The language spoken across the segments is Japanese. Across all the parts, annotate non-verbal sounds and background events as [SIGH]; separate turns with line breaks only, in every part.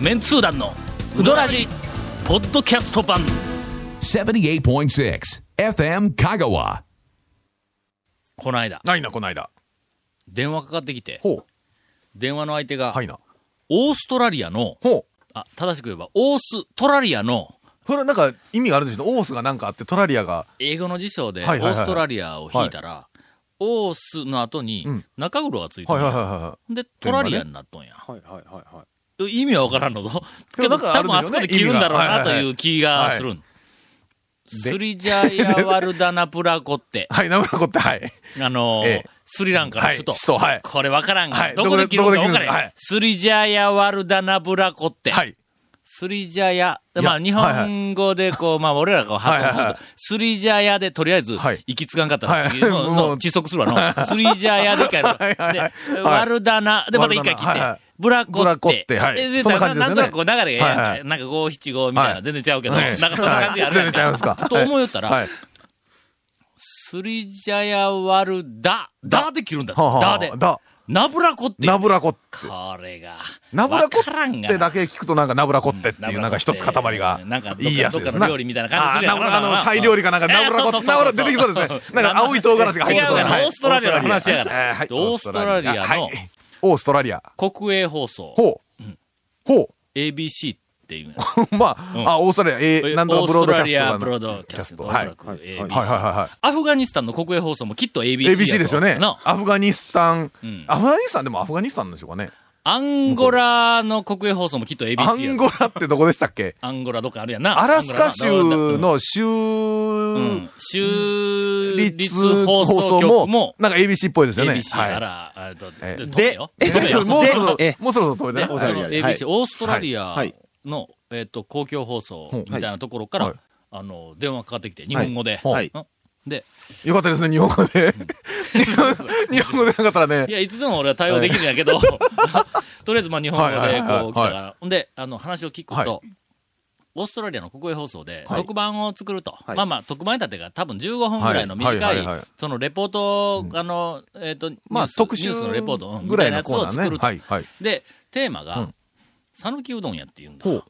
メンツー団のウドラジポッドキャスト版
78.6 FM Kagawa.
この間
ないな、この間。
電話かかってきて
ほ
電話の相手が、
う。はいな。
オーストラリアの
ほう。
あ正しく言えばオーストラリアの
それはなんか意味があるんですよ。オースがなんかあって、トラリアが。
英語の辞書でオ
はいはいはい
ーストラリアを引いたら、オースの後に
うん
中黒がついて
は
る
いはいはいは
でトラリアになっとんや、
はいはいはいはい。
意味はわからんのぞけ
でも
ど
なんかあ
多
る
分
んで
あそこ
すよね
で切るんだろうな
意味
と
がはいはいはい
いう気がするん、スリジャヤワルダナプラコって
[LAUGHS] い。はい、ナムラコって、はい。
あのー
ええ
スリランカの首都。
はい首都はい
これわからんが、
はい
どこで切る
ど
の
こで
かわからん、
どこで切るんですかはい
スリジャヤワルダナブラコって。
はい。
スリジャヤ。
や
まあ、日本語でこう、まあ、俺らがこう発音すると、
はいはいはい
スリジャヤでとりあえず、
はい
息つかんかったら次
はい
の、
[LAUGHS] も
の
う
窒息するわ
[LAUGHS]
の。スリジャヤで一回やる
はいはいはい
で、
はい
ワルダナでまた一回切って、
はいはい
ブラコ
ブ
っ。
ラコっててはい
で
そんな感じです
な
よ
んと
ね
なくこう流れがええやんか、
はいはい
なんか五七五みたいな、
はい
全然違うけど、
はい
なんかそんな感じやるやんか。
はい全然違いますか
と思いよったら、
はい。
スリジャヤワルダ、ダで切るんだ。
はあは
ダ
あ
で。
だ。
ナブラコって。
ナブラコって。
これが。
ナブラコ
わ
っ
からんが
て
な
だけ聞くとなんかナブラコってって
ナブラコっ
い
て
うなんか一つ塊が
なんかどっか、
いいやつです
どっかの料理みたいな感じするやん
あーナブ
な
ラ
んか
あの、タイ料理かなんか
えー
ナブラコ
そう
っ
そうそうそう
て、ナブラ出てきそうですね。なんか青い唐辛子が入って
違う
そう
が
な。
な、
はい
オーストラリアの話やか
はい
ら
はい。
オーストラリアの
はいオーストラリア。
国営放送、
ほう。ほ
ABC って
[LAUGHS]
いうの。
う。まあ、あ、オーストラリア、えー、なんとかブロードキャ
オーストラ
スト
リア
だな。
ブロードキャスト。おそ
はい。
ら
は
く
はいはい
ABC
いはいはい。
アフガニスタンの国営放送もきっと ABC やぞ。
ABC ですよね
な。
アフガニスタン、
ん
アフガニスタンでもアフガニスタンなんでしょうかね。
アンゴラの国営放送もきっと ABC や
ア
ぞ。
ンゴラってどこでしたっけ
アンゴラどっかあるやんな。
アラスカ
アンゴラな
州の州
うん、州立
立
放
放
送
送
局
も
も、、
なんか ABC っぽいですよね。
ABC か
は
ら、あと
え
で、
ー
飛べよ。飛べ
い。
よ。
もうそろそろ
で、
もうそろそろ止め
で
て
その
ね
オーストラリアで
ABC、オーストラリ
は
ア
い
の、えっと、公共放送みたいなところか
は
ら
い、
あの、電話かかってきて、日本語で。
はい
うんで、
よかったですね、日本語で。日本語でなかったら
い
ね。
や、いつでも俺は対応できるんやけど、 [LAUGHS] とりあえず、まあ、日本語
はい
で、
はいはい
こう、来たから。ほんで、あの、話を聞くと、オーストラリアの国営放送で、
い
特番を作ると。
い
まあまあ、特番に立てが多分15分ぐらいの短
はいはいはいはい
い、そのレポート、あの、えっと、
まあ、
ニュース
特集
ニュースのレポート、うん
ぐらいのコ
みたいな
ー
やつを作
ナーね。
ると
はい、はい。
で、テーマ
う
が
ん、
讃岐うどんやって言うんだ
ほ。う。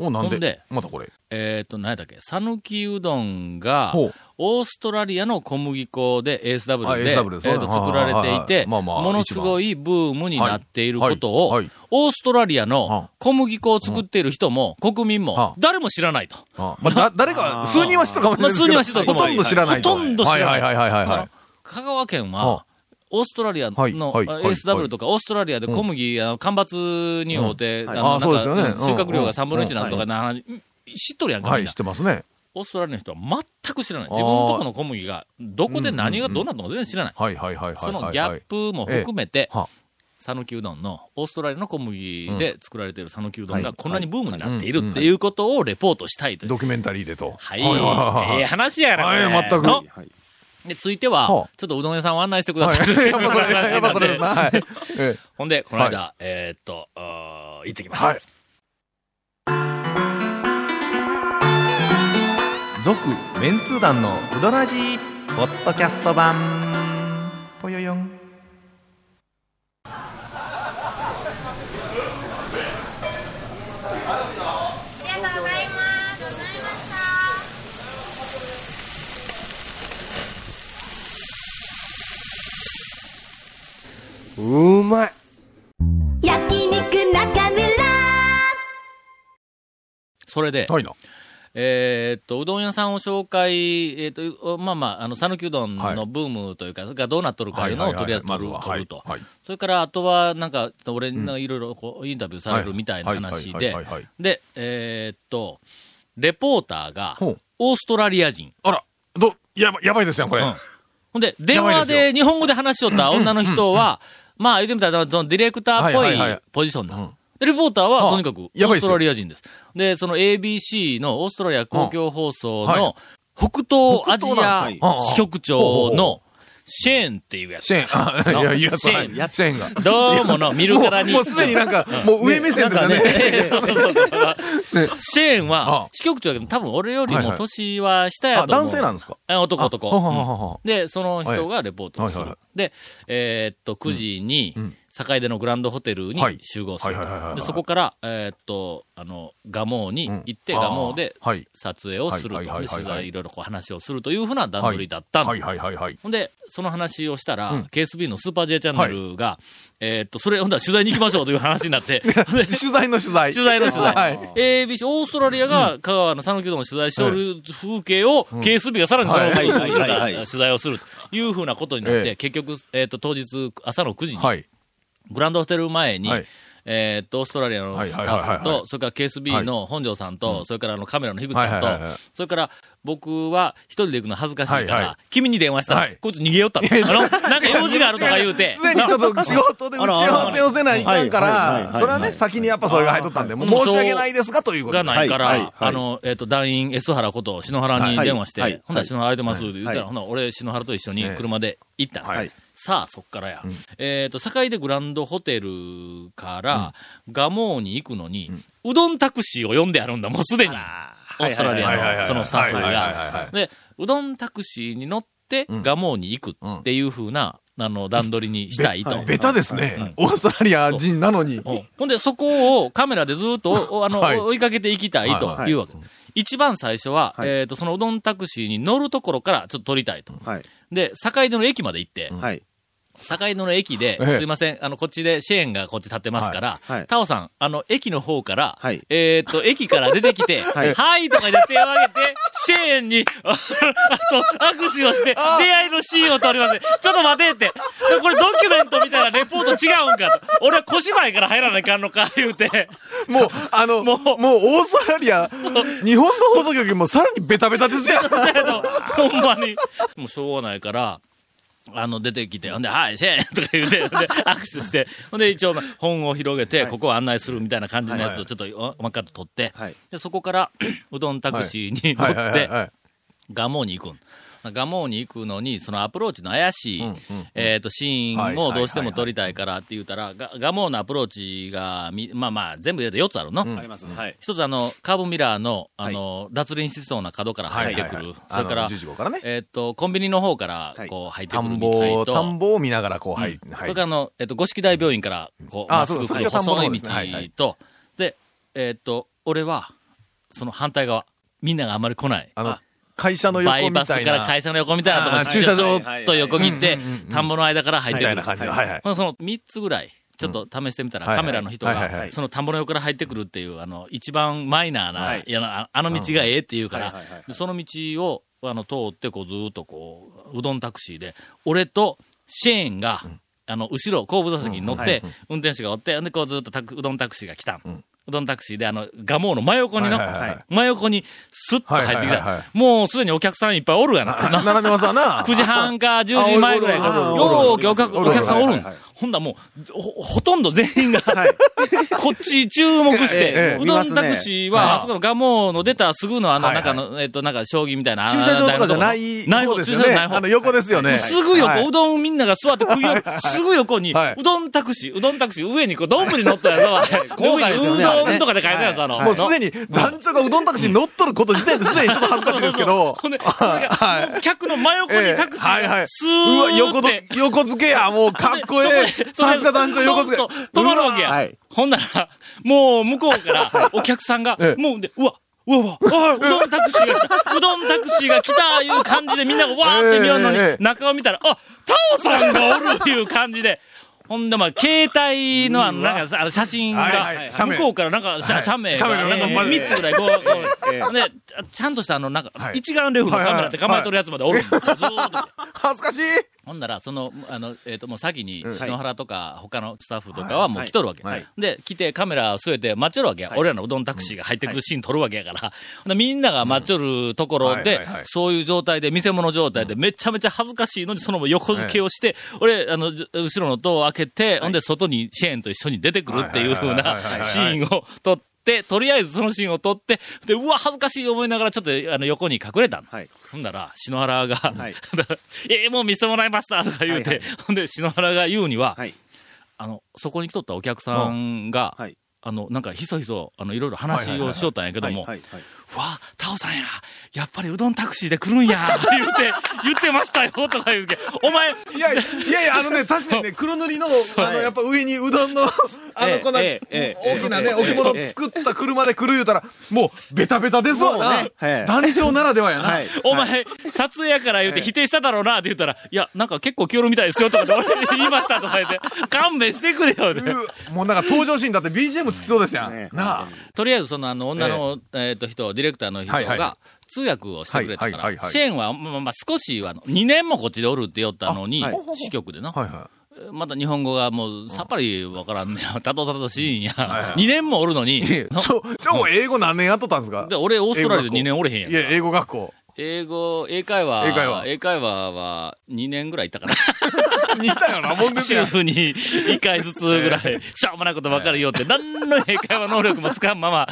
お、な
ほん
ん
で
でまたこれ。
えっと、何やったっけ讃岐うどんが
ほう、
オーストラリアの小麦粉で ASW
あ
で、
ASW ですね
えーと作られてい
はいはいは
て、
いまあまあ
ものすごいブームになっていることを、
はいはい
オーストラリア
は
の
い
小麦粉を作っている人も、国民
は
も
い、
誰も知らないと。
あまあ、
[LAUGHS]
だ誰か、数人は知ったかもしれな
ま
いですけど。
あ数人は知ったと思う
ほとんど知らないと。
ほとんど知らない
はいはいはいはい
あ
は
の
い。
香川県
は
は、オーストラリアの、
はいはいはい
ASW とか、オーストラリアで小麦、あの干ばつに合うて、
はい
あの
あそうですよね
なんか収穫量が3分の1
うん
なんとかな、知っとるやんか、
は
みん
い、
な
知っ。てますね。
オーストラリアの人は全く知らない。自分のとこの小麦が、どこで何がどうなったのか全然知らない。
はいはいはいはいはい。
そのギャップも含めて
は、
讃岐うどんの、オーストラリアの小麦で作られている讃岐うどんが
はい
こんなにブームになっている
うんうん
っていうことをレポートしたいという。
ドキュメンタリーでと。
はい。
はいはいはい
ええ話やな、これ
はい全く
の
はい。
で、ついては、ち
は
ょ
あ
っとうどん屋さんを案内してくだ
は
さい。
い。やっぱそれ、やっぱ
[LAUGHS]
それですな。はい。ええ
ほんで、この間、えーっと、あー行ってきます。
はい。
続メンツー団のウドラジーポッドキャスト版ぽよよん
ありがとうございます。ございました。
うまい。
焼肉中村
それで、
はいな。
えーっと、うどん屋さんを紹介、えーっと、まあまあ、あの、讃岐うどん
は
の
い
ブームというか、がどうなっとるかいうのをとりあえず取る取ると。
はい。
それから、あとは、なんか、俺のいろいろこうインタビューされるみたいな話
はい
で
はいはいはいはい、
で、えーっと、レポーターが
ほう、
オーストラリア人。
あら、ど、やば、やばいですね、これ。
うんほんで、電
やばい
話
ですよ
で日本語で話しよった女の人は、まあ言ってみたら、そのディレクターっぽ
はいはいはいい
ポジションだ
うん。
で、リポーター
は
は
あ
とにかくオ
やば
ース
いですよ
トラリア人です。で、その ABC のオーストラリア公共放送
うんは
の
い
北東アジ
北東なん
ア
です
はい
支局長のシェーンっていうやつ
シ。ェーン、あ、 [LAUGHS] いや、いや、
シェーン
はい
や
シェーンが。
どうもの、見るからに。
もうすでに
[LAUGHS]
なんか、もう上目線ですよね。
そうそうそうそう
シェーン
シェーン
ああ
は、支局長やけど、多分俺より
はい
も
はい
年は下やと
あ、
思う。
男性なんですか
え男男。
あはは
うん
はは
で、その人がレポートをする。
はいはいは
で、えーっと、9時に
うん、
坂出のグランドホテルに
はい
集合する
はいはいはいはいは。い
で、そこから、えーっと、あの、ガモーに
うん
行って、ガモーで
あーはい
撮影をすると。
はいはいはいはい
で取材いろいろこう話をするというふうな段取りだったんだ
はいはいはいはい。
ほんで、その話をしたら、
うん
KSB のスーパー J チャンネルが、えーっと、それ、ほんだら取材に行きましょうという話に
[LAUGHS]
なって、ほんで
取材の取材。
取材の取材。
はい。
ABC、オーストラリアが香川の讃岐うどんを取材しておる風景を、KSB がさらにその
はいはいはいはい
取材をするというふうなことになっ
え
て、
え
結局、えっと、当日朝の9時に、
はい。
グランドホテル前に
はい、
えっと、オーストラリアのスタ
はいはい
ッ
は
フ
いは
と、それから KSB の本庄さんと、それからあのカメラの樋口さ
はいはいはい
ん
はい
と、それから僕は一人で行くの恥ずかしいか
はいは
ら、君に電話したら
はい、
こいつ逃げよったの。あの、なんか用事があるとか言うて。
すでにちょっと仕事で打ち合わせをせないかんか
はいはいはい
ら
は、い
それはね、先にやっぱそれが入っとったんで、もう申し訳ないですがということ
が
で。
ないから、
はいはいはい
あの、えっ、と、団員、S 原こと、篠原に電話して、
はいはい
ほんなら篠原空いてますって言ったら、
はい
ほんなら俺、篠原と一緒に車で行ったの、
はい
さあ、そっからや。えっ、と、堺でグランドホテルから、蒲生に行くのに、うどんタクシーを呼んであるんだ、もうすでに。オーストラリ
はいはいはい
ア
は
の
い
そのスタッフ
はいはいはい
が
は。
で、うどんタクシーに乗って、蒲生に行くっていうふうな、あの、段取りにしたいと。
ベタですね。
オーストラリア人なのに。
うんほんで、そこをカメラでずっと、おあの、
[LAUGHS] はい
追いかけていきたいと
はい
いうわけ。一番最初は、
はい
えっ、と、そのうどんタクシーに乗るところからちょっと撮りたいと。
はい。
で、堺戸の駅まで行って、
はい。
堺戸の駅で、
ええ
すいません、あの、こっちで、支援がこっち立ってますから、
はいはい
タオさん、あの、駅の方から、
はい
えっ、と、駅から出てき
[LAUGHS]
て、はいい、とかで手を挙げて、支援に、 [LAUGHS] あと、握手をして、出会いのシーンを撮ります。ちょっと待てって。これドキュメントみたいなレポート違うんかと。俺は小芝居から入らないかんのか、言うて。
もう、あの、
も
もう、
う
オーストラリア、日本の放送局よりもさらにベタベタ
[LAUGHS]
ですよ。
けど、ほんまに。もうしょうがないから、あの、出てきて、ほんで、はい、シェーンとか言うて、ほん
[LAUGHS]
で、握手して、ほんで、一応、まあ本を広げて、ここを案内するみたいな感じのやつをちょっと、おまっかと取って、
はい
で、そこから、 [LAUGHS] うどんタクシーに乗
はい
っ
はい
て、
はい。
ガモに行くん。ガモに行くのに、そのアプローチの怪しい、えっ、と、シ
は
ー
い
ンをどうしても撮りたいからって言ったら、ガガモのアプローチがみ、まあまあ、全部入れて4つあるの。
あります。はい。
一つあの、カーブミラーの、あの、脱輪しそうな角から入ってくる。
はいはい
それから、
あの10時号からね
[LAUGHS] えっ、と、コンビニの方から
は、い
こう、入って
田
くる
ん
道
ぼ
と
を、田んぼを見ながらこう、はい、
そ
は
れ
い
か。らあの、えっ、と、五色大病院から、こう、
あ
まっすぐ
そうそう
こ
っちが田んぼの方
細い
で
道
すね
と、
はいはい
で、えっ、と、俺は、その反対側、みんながあんまり来ない。
あの、会社の
バイ
横み
バス
た
か
い
ら
な。
会社の横みたいなところ
あー駐車場
ちょっと横切って、田んぼの間から入ってく
み
る
たいな。感じの。はいはい。
[LAUGHS] まあその3つぐらい、ちょっと試してみたら、
はい
カメラの人
はいはいは
が、
い
その田んぼの横から入ってくるっていう、あの、一番マイナーな、いやああの道がええっていうから
はいはいはいは、い
でその道を、あの、通って、こう、ずーっとこう、うどんタクシーで、俺とシェーンが、あの、後ろ、後部座席に乗って、運転手がおって、で、こう、ずーっとタクうどんタクシーが来たん。うどんタクシーで、あの、ガモの真横にの、
はいはいはいはい
真横に、スッと入ってき
はいはいはいは
た。もうすでにお客さんいっぱいお
[LAUGHS]
るやな。
並んでますわ
[LAUGHS]
な。
9時半か10時前ぐらいから、
あ
よ
お
う
るおる
お客
おるおる
お客さんおる
はい
ん
はいはい。
ほんだらもう、ほほとんど全員が、 [LAUGHS] こっち注目して
えええ、え
うどんタクシー
見ますね
は、あそこのガモの出たすぐの、あの、
はいは
中
い
の、えっと、なんか、将棋みたいな。
駐車場とかじゃない
ない
方
方、
です
駐
よ
車場
ね。
ない
あ
方
の、。横ですよね。
すぐ横、
はいう
どんみんなが座って食いよる、すぐ横に、
はいう
どんタクシー、うどんタクシー、上にこう、丼に乗ったやつは、
豪華ですよね
上にうどんとかで書いてあるやつ、あの。
もうすでに、団長がうどんタクシーに乗っとること時点ですでにちょっと恥ずかしいですけど。
[LAUGHS] ほんで、それが、もう客の真横にタクシーが、ス
うわ、
ー
横
っ
ど
て、
横付けや、もうかっこ
[LAUGHS]
ええ。さすが団長、横付け。
止まるわけや。
う
はい
ほんなら、もう向こうから、お客さんが、
ええ
もうで、うわ、うわうわ、あうどんタクシーが来た、うどんタクシーが来た、いう感じでみんながわーって見ようのに
えええ、え
中を見たら、あ、タオさんがおるっていう感じで、ほんで、まあ、携帯の、あの、なんかさ、あの写真が、
はいはい
向こうから、なんか、写写名が、
写
な
メが
んか、
まず
3つぐらい、こう、こう
えええ
で、ちゃんとした、あの、なんか、
はい
一眼レフのカメラって構えとるやつまでおるんですよずーっと。
恥ずかしい。
ほんなら、その、あの、えっ、と、もう先に、篠原とか、他のスタッフとかはもう来とるわけ。で、来てカメラを据えて待っちょるわけや。俺らのうどんタクシーが入ってくるシーン撮るわけやから。ほんでみんなが待っちょるところ
うんはい
で
はいはい、
そういう状態で、見せ物状態で、めちゃめちゃ恥ずかしいのに、その横付けをして、俺、あの、じょ後ろのドアを開けて、ほんで、外にシェーンと一緒に出てくるっていう風
はいはいはいはい
な
はい
シーンを撮って、とりあえずそのシーンを撮って、で、うわ、恥ずかしい思いながら、ちょっと、あの、横に隠れたの。
はい。
ほんなら、篠原が、
はい
[LAUGHS]
えーもう見せてもらいましたとか言うて、
はい
ほんで、篠原が言うには、
はい。
あの、そこに来とったお客さんが、
はい。
あの、なんか、ひそひそ、あの、いろいろ話をしよったんやけども、
はい。はい。
わ、タオさんや、やっぱりうどんタクシーで来るんや、言って、言ってましたよ、とか言うけど、お前、
いやいや、いやいや、あのね、確かにね、黒塗りの、あの、やっぱ上にうどんの、あの、こんな、
ええええ
大きなね、
ええ
置物作った車で来る言うたら、もう、ベタベタですわ
そう
な
ねは。い
団長ならではやな
は。い。
お前、撮影やから言うて否定しただろうな、って言ったら、いや、なんか結構清るみたいですよ、とかって俺に言いました、とか言って、勘弁してくれよ、ね。
うもうなんか登場シーンだって BGM つきそうですや
ね
ん。なあ。
とりあえずそのあの女の、えっと人、ディレクターの人
はいは
が通訳をしてくれた
はいは
か
いはいは
ら、
い
シェーンは、まあまあ少しは、2年もこっちでおるって言ったのに
あはい、
支局でな、
はいは
また日本語がもうさっぱりわからんねや、たどたどしいんや、2年もおるのに
い。、ええちょ、ちょ、英語何年やっとったんですか
で俺、オーストラリアで2年おれへんや
い
ん。
や、英語学校。
英語、英会話、
英会話
英会話は2年ぐらいい
[LAUGHS]
たかな。
似たようなもんです
週
やん。
に1回ずつぐらい、
[LAUGHS]
しょうもないことばかり言おうって、何の英会話能力もつかんまま、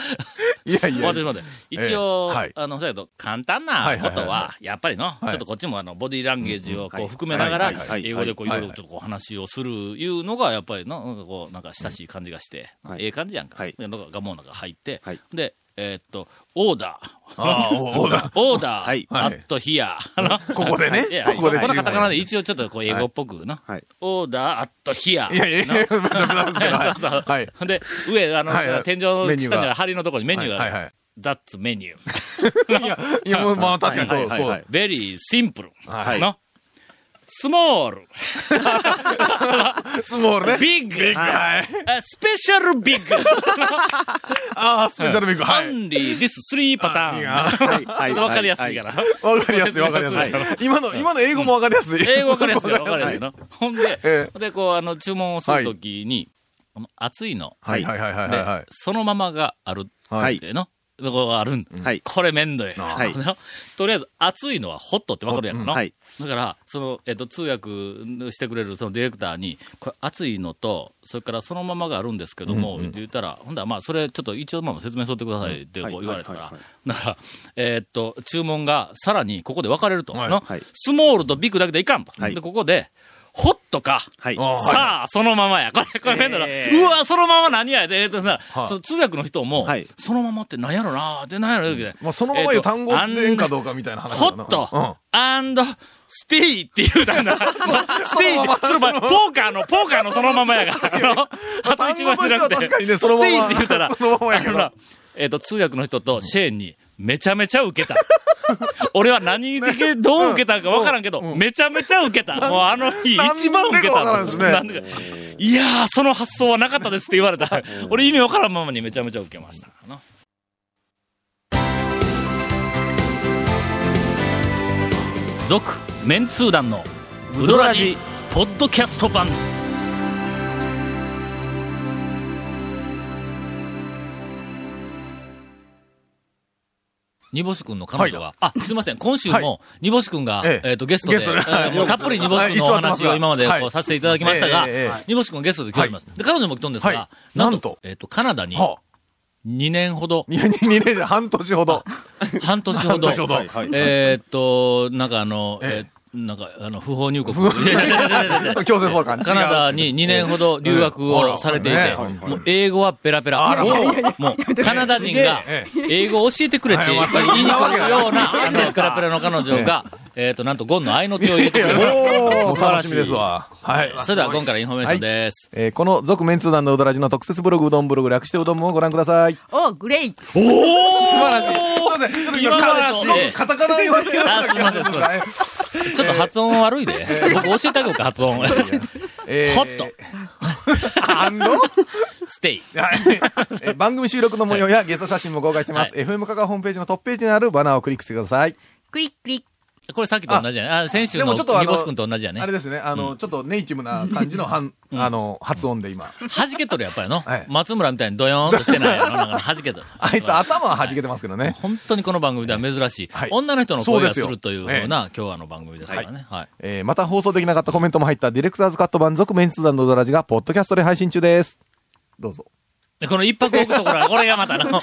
いやいや
待って待って一応、
ええはい
あの、そうやけど、簡単なこと
はいはい
は、やっぱりの、
い
ちょっとこっちもあの、ボディーランゲージを
うん
こ
は
う
い
含めながら
はいはいは、い
英語でこう、い
は
ろ
い
いろちょっとこう話をするいうのが、やっぱりな、なんかこう、なんか親しい感じがして、
はい
ええ感じやんか。
はい
でなんか、ガモの中入って、
はい
で、えーっと、オーダー。
ああ、おおだ。
オーダー、
はい
アットヒア。あの
ここでね
いや
ここで
の
注文
カタカナで一応ちょっとこう英語っぽくな。
はい
オーダー、アットヒア。
いやいやいや、
[LAUGHS]
ベタベタですけど。はい
そうそう。
はい。
ほんで、上、あの、
はいはい
天井の下
メ
に
ニュー
あ
が
る針のところにメニューがあ
は
る。
いはい。
That's menu.
いや、いやもうまあ確かにそう、
はいはい
そ
は
う
い。
Very
[LAUGHS]
simple.
はい
の。small,
スモールね。
big,
はい。
uh, special
[LAUGHS]
big,
ああ、スペシャルビッグ。はい。
only this three パター
い
ン。
[LAUGHS] や
はい。はい。。
わかりやすいからら。
[LAUGHS] わかりやすい、わかりやすい。今の、今の英語もわかりやすい。
英語わかりや
[LAUGHS]
すいよ。わかりやすいよ。ほんで、
え
ほんで、こう、あの、注文をするときに、あの熱いの。
はいはいはいはい
で、
は
そのままがあるっ
は
ていうの、とこがあるん、
はい
これめんどい、
はい
なとりあえず熱いのはホットってわかるやろな、
うんはい
だからその、えっと通訳してくれるそのディレクターにこれ熱いのとそれからそのままがあるんですけども、って言ったらほんだらまあそれちょっと一応まあ説明しとってくださいってこう言われたから、
はいはい
だからえっと注文がさらにここで分かれると、
はい
な
はい
スモールとビッグだけでいかんと、
はい
でここでホットか
はい。
あはい
さあ、そのままや。これ、これ、変だな。うわ、そのまま何やで、えっとさ、その通訳の人も、
はい
そのままって何やろなって何やろって。
い。まあ、そのまま言う単語でええんかど
う
うかみたいな話
ホ
だな。
ット、
うん。
アンド、ステイって言う
[LAUGHS]
たんだ。ステイって、その場合、ポーカーの、ポーカーのそのままや
[LAUGHS]
から。あ [LAUGHS] の、あ
単語としては確かにね、そのまま。
ステイって言うたら、
そのままやか
あのな
ら。
えっ、と、通訳の人とシェーンに、めちゃめちゃ受けた。 [LAUGHS] 俺は何でどう受けたんか分からんけど、めちゃめちゃ受けた。もうあの日、
なん
一番受けた。
なんでか分からん
なんでかいやー、その発想はなかったですって言われた。俺意味分からんままにめちゃめちゃ受けました。な続、メンツー団の、ウドラジ、ポッドキャスト版。煮干し君の彼女が、あ、すいません、今週も、煮干し君が、
ええ
えっと、ゲストで、
ゲストで
えーもうたっぷり煮干し君のお話を今まで
はい
こうさせていただきましたが
ええええええ、
煮干し君ゲストで来ております。で、彼女も来とんです
はい
が、なん
なん
と
と、
えっと、カナダに
は
2年ほど
あ。、2年で半年ほど。
半年ほど
半年、ほど。
はい。はい。
えーっと、なんかあの、え
え
なんか、あの、不法入国。いやいやいやいやいや
[LAUGHS] 強制送還。違う
カナダに2年ほど留学
ええあ
を
ら
されてい
ね
て、もう英語はペラペラ。もう、カナダ人が
え
英語を教えてくれって
はい
やっぱり言いに来るような、あ
そんなわけない
の [LAUGHS] ペラペラの彼女が、えーっと、なんとゴンの愛の手を入れてくれる。
おー、楽しみですわ。はい。
それではゴンからインフォメーションです。
えーこの、続面通談のうどらじの特設ブログ、うどんブログ、略してうどんもご覧ください。
おグレイ
おー素晴らしい。すいません。
今
素晴ら
のえ
し
え
い。カタカナ読み
あ、すいません、すいません。ちょっと発音悪いで。僕教えてあげようか、発音。ホ [LAUGHS]
えー
ット、
アンド
ステイ。
はいえー番組収録の模様やゲスト写真も公開してます。FM カカホームページのトップページにあるバナーをクリックしてください。
クリックリック
これさっきと同じやね。あ、先週の
でもちょっとあの
ニボス君と同じやね
あ。れですね、あの、ちょっとネイティブな感じのはん、あの、発音で今。
弾けとるやっぱりの
はい。
松村みたいにドヨーンとしてないやろ。なんか弾けとる。
[LAUGHS] あいつ頭は弾けてますけどね。
本当にこの番組では珍しい
は。い
女の人の声
そう
が
です
す
よ
るというような、今日はの番組ですからね。はい。
えーまた放送できなかったコメントも入ったディレクターズカット版続メンツ団のドラジが、ポッドキャストで配信中です。どうぞ。
で、この一泊置くところが、これがまた
[LAUGHS]
の。もう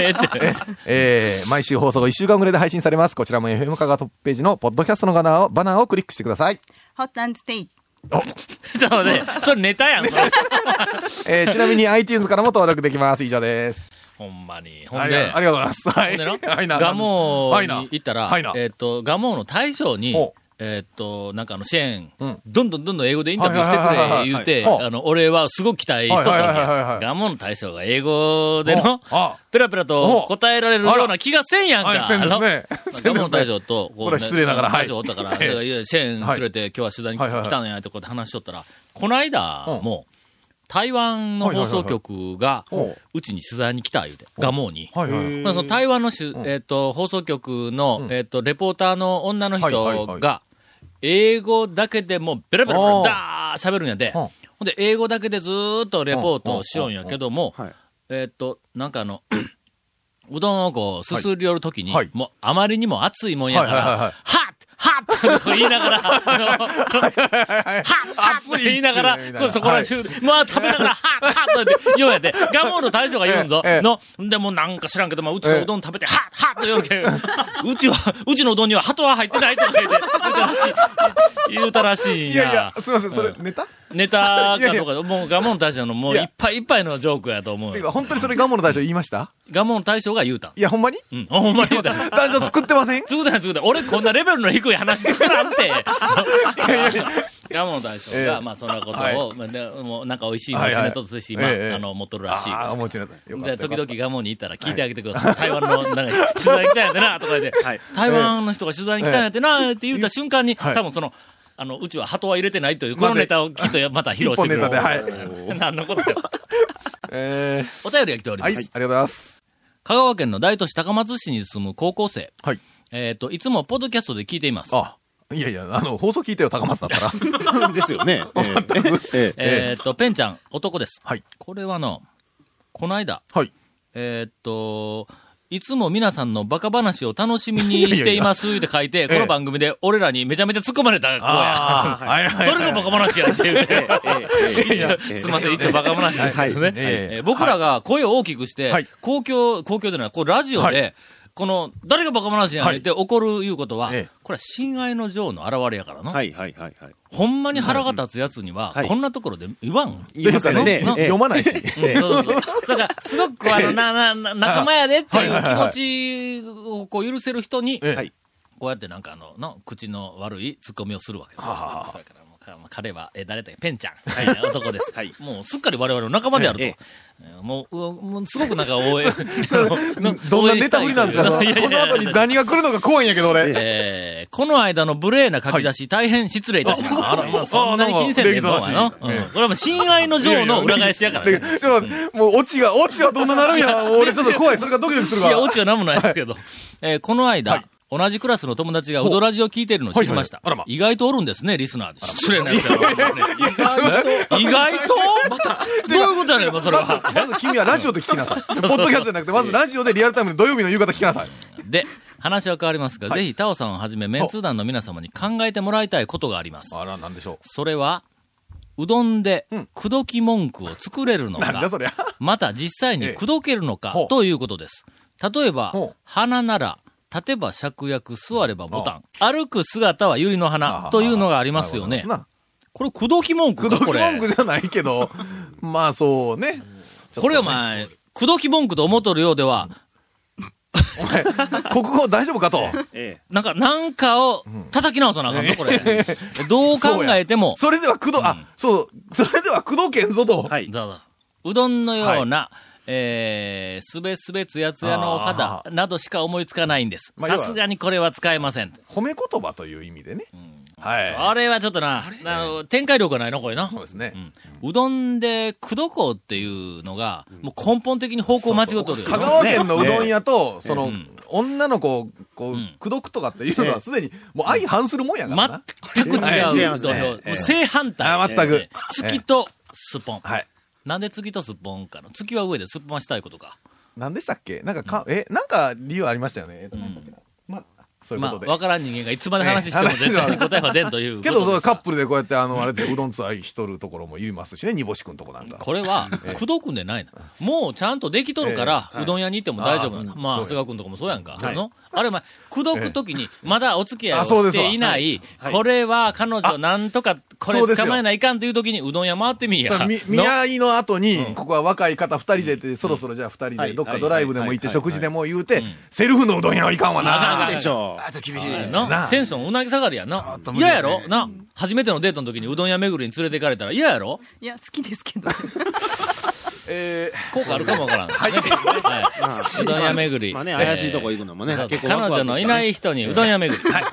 ええっちゃ [LAUGHS] う。
えー毎週放送後1週間ぐらいで配信されます。こちらも FM カカトップページのポッドキャストのバナーを、バナーをクリックしてください。
ホットステイ
ちょっと
[LAUGHS]
ね、それネタやん、それ。 [LAUGHS]
えーちなみに iTunes からも登録できます。以上です。
ほんまに。ほ
あ
ん
りが
で
とう、ありがとうございます。は
ほんで
い。はい
な、
な
ガモ
は
ー
いな
に行ったら
はいな、
えっと、ガモーの大将に
ほ、
えっと、なんかあの、支援
うん、
どんどんどんどん英語でインタビューして
はいはいはい
く
は
れ、
い
言うて、
ほう
あの、俺はすごく期待しとったわ
はいはいはいはいはい
け。ガモーの大将が英語での
ほうあ、
ペラペラと
ほう
答えられるような気がせんやんか。
はいせんですね
あの
[LAUGHS] せんですね
ガモーの大将と、こ
これは失礼ながら [LAUGHS] はい
大将おったから、
ええ
だからいや支援連れて今日は取材に
はいはいはい
来たんやとかって話しとったら、この間も、台湾の放送局が
はいはいはいはいほ、
うちに取材に来た言うて、ガモーに。
はいはい。
まあ、その台湾のしゅ、えっと放送局の、えっとレポーターの女の人が、
はいはい
英語だけでもうベラベラベラ
おー
だー喋るんやで、
ん
ほんで英語だけでずーっとレポートをしようんやけども、
うんうんうん
えっとなんかあの [COUGHS] うどんをこうすすり寄るときに、
はいはい
もうあまりにも熱いもんやから、
はいはいはいは
はいっはっと言いな
[LAUGHS]
がら、あのはっはっと言いながら、
熱いっちゅうねみたいな
こうそこら中で、まあ食
[LAUGHS]
べながら、はっはっと言うやで、ガモーの大将が言うんぞ、
ええええ
の、でもなんか知らんけど、まあ、うちのうどん食べて、はっはっと言う
[LAUGHS]
けん、うちは、うちのうどんには鳩は入ってないとか言って、言うたらしい、言うたらしいん
い
や。
やいや、すいません、それネタ
ネタかどうか、もうガモの大将のもう
い
い
や
っぱいいっぱいのジョークやと思う
ていう。か、本当にそれガモの大将言いました
ガモの大将が言うた。
いや、ほんまに
うん、ほんまに言うた。
大将作ってません
作ったな作った。俺こんなレベルの低い話作らんて。ガモの大将が、
ええ
まあそんなことを、
は
まあでもうなんか美味しいの
はいはい
ネタとして今、
ええええ
あの、持っとるらしいです。
ああ、もちろん。よかった。
で時々
よかっ
ガモに行ったら聞いてあげてください。台湾の、なんか、取材来たんやってな、とか言って、台湾の人が取材に来たんやってな、って言った瞬間に、
はい
多分その、あの、うちは鳩は入れてないという、このネタをきっとまた披露してくれる。
一本ネタで
はい。 [LAUGHS] 何のことよ。
たえー
お便りが来ておりま
はい、あ
す。
りがとうございます。
香川県の大都市高松市に住む高校生。
はい。
えっ、と、いつもポッドキャストで聞いています。
あ、いやいや、あの、放送聞いてよ、高松だった [LAUGHS] ら。
ですよ [LAUGHS] ね。ええええ
えっ、と、ペンちゃん、男です。
はい。
これはの、この間、
はい。
えーっと、いつも皆さんのバカ話を楽しみにしていますって書い
[LAUGHS]
て、
や
この番組で俺らにめちゃめちゃ突っ込まれた子や。
ああ、はいはい
どれがバカ話やって言うて。
ええええ
すみません、一応バカ話ですけどね。
はいええ
えー僕らが声を大きくして、
はい
公共、公共でない、こうラジオ
は
で、この、誰がバカ話やねんって怒るいうことは、
ええ
これは親愛の情の表れやからな。
はいはいはいはい。
ほんまに腹が立つやつには、
はい
こんなところで言わん。
言いますからね。ええ
読まないし。
うんそうそうそう。だから、すごく、あの、な、な、な仲間やでっていう気持ちをこう許せる人に、
ええ
はい
こうやってなんかあの、の口の悪いツッコミをするわけです。それからもうかまあ彼は、え、誰だっけペンちゃん。はい、男です。
はい
もうすっかり我々の仲間であると。
え
え
え
ーもう、うわもうすごくなんか応
[LAUGHS]
援 [LAUGHS] の、
[LAUGHS] どんな
応援
ネ
した
タ
い
ぶりなんですかその
と
[LAUGHS] こ
いういやいやい
の
や
後に何が来るのか怖いんやけど、俺。
[LAUGHS] えーこの間の無礼な書き出し、大変失礼いたしま
[LAUGHS]
した。あのまあそんなに金銭でどう
あ
か
なん
の
か。
う
礼儀正し
ん
い
これはもう、親愛の情の裏返しやからね。
でも、もう、オチが、オチはどんななるん [LAUGHS] や。俺ちょっと怖い。それがドキドキするわ。
い
[LAUGHS]
や、オチは何もないですけど。えーこの間、同じクラスの友達がウドラジを聞いてるのを知りました。
はいはいあらま
意外とおるんですね、リスナーで。失礼なやつやな
[LAUGHS]
え意外とどういうことやねん、今それ
まず
は。、
まず君はラジオで聞きな [LAUGHS] さい。ポッドキャストじゃなくて、まずラジオでリアルタイムで土曜日の夕方聞きなさい。
で、話は変わりますが、ぜひ、タオさんをはじめ、メンツー団の皆様に考えてもらいたいことがあります。
あら、なんでしょ
それは、うどんで
うん、
くどき文句を作れるの
う。なんだ
か
そ、りゃ。
また実際にくどけるのか
ええほう、
ということです。例えば
ほう、
花なら、立てば芍薬、座ればボタン、歩く姿は百合の花、というのがありますよね
なるほどです。な
これ、くどき文句
く
か
どき
こ
文
れ
句。じゃないけど、まあそうね。
これお前、くどき文句と思っとるようでは、
お前、国語大丈夫 [LAUGHS] かと。
え
なんか、なんかを叩き直さなあかんぞ、これ。 [LAUGHS] どう考えても、
それでは工藤、あ、そう、それでは工藤健ぞと。
えはい。
どうぞうどんのような、えー、すべすべつやつやのお肌などしか思いつかないんです。
まあ要
さ
は
すがにこれは使えません。
褒め言葉という意味でね。はい。
[LAUGHS] あれはちょっとな、あの展開力がないの、これな
そう。ですね。
うどんで、くどこうっていうのが、もう根本的に方向間違っとるよ。
香川県のうどん屋と、その
ん、
女の子を、こう
うん、
口説くとかっていうのはすでに、もう相反するもんやからな。
全く違
は
う
い違い
土
ます
俵。
ね
もう
ええ
正反対。
あ全く
ええ月とすっぽん。
はい。
なんで月とすっぽんかな月は上ですっぽんはしたいことか。
何でしたっけなんかか、え、なんか理由ありましたよね。ま、そういう
ま
こ
あ、
とで。
わからん人間がいつまで話しても絶対に答えは出んということ
け
です
ど、そうカップルでこうやって、あの、あれでうどんつ愛しとるところもいりますしね、煮干しくんとこなんか。
これ
[LAUGHS]
は、口説くんでないな。もうちゃんとできとるから、うどん屋に行っても大丈夫なの。まあ、
そう
長谷川くんとかもそうやんか。
はい
あのあれ、まあ、口説くときに、まだお付き合いを
あそうで
し
すわ
ていない、これは彼女なんとか、これ
そうです
捕
よ
まえないかんというときに、うどん屋回ってみいや。
そうみ見
[LAUGHS] の
合いの後に、ここは若い方二人でって、そろそろじゃあ二人
は
で、
い
どっかドライブでも行って、
はい
食事でも言うて、セルフのうどん屋はいかんわ
あかんあ
な。
かん
でしょう。
あ、ちょっと厳しいですね。
な
な
テンションうなぎ下がりやんな。嫌やろな初めてのデートの時にうどん屋巡りに連れて行かれたら嫌やろ
いや、好きですけど。
え
効果あるかもわからん。
[LAUGHS]
はい。うどん屋巡り。
まあね、怪しいとこ行くのもね、
そうそう
結構
彼
ワクワ
女
クしたね
のいない人にうどん屋巡り。はい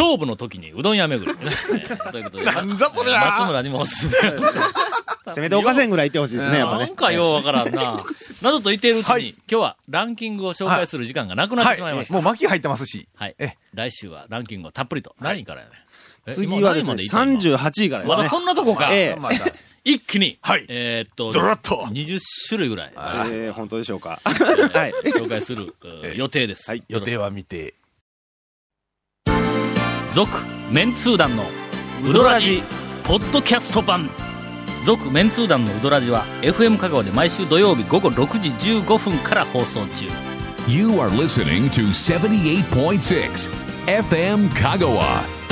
勝負の時にうどん屋巡り。
[LAUGHS]
ということで、
なんじゃそりゃ
松村にもおすすめ。
せめておかせんぐらい行ってほしいですね、やっぱ
な
ね
ん。かようわからんな。などと言っているうちに、今日はランキングを紹介する時間がなく
ー
なっ
は
てしまいま
い。
し
も
た。
う巻入ってます
[LAUGHS]
し。
はい
え。
来週はランキングをたっぷりと。何位からやねえ
次
今
はです
何位
ね、
ま行った今
38位からで
ますだ
ね。
そんなとこか。
え
[LAUGHS]
え
また、
一気に、
はい
えーっと、
ドラッと
20種類ぐらい、
えー本当でしょうか。はい。
紹介するうー予定です。
はい
予定は見て。
続メンツー団のウドラジポッドキャスト版続メンツー団のウドラジは FM 香川で毎週土曜日午後6時15分から放送中
You are listening to 78.6 FM Kagawa.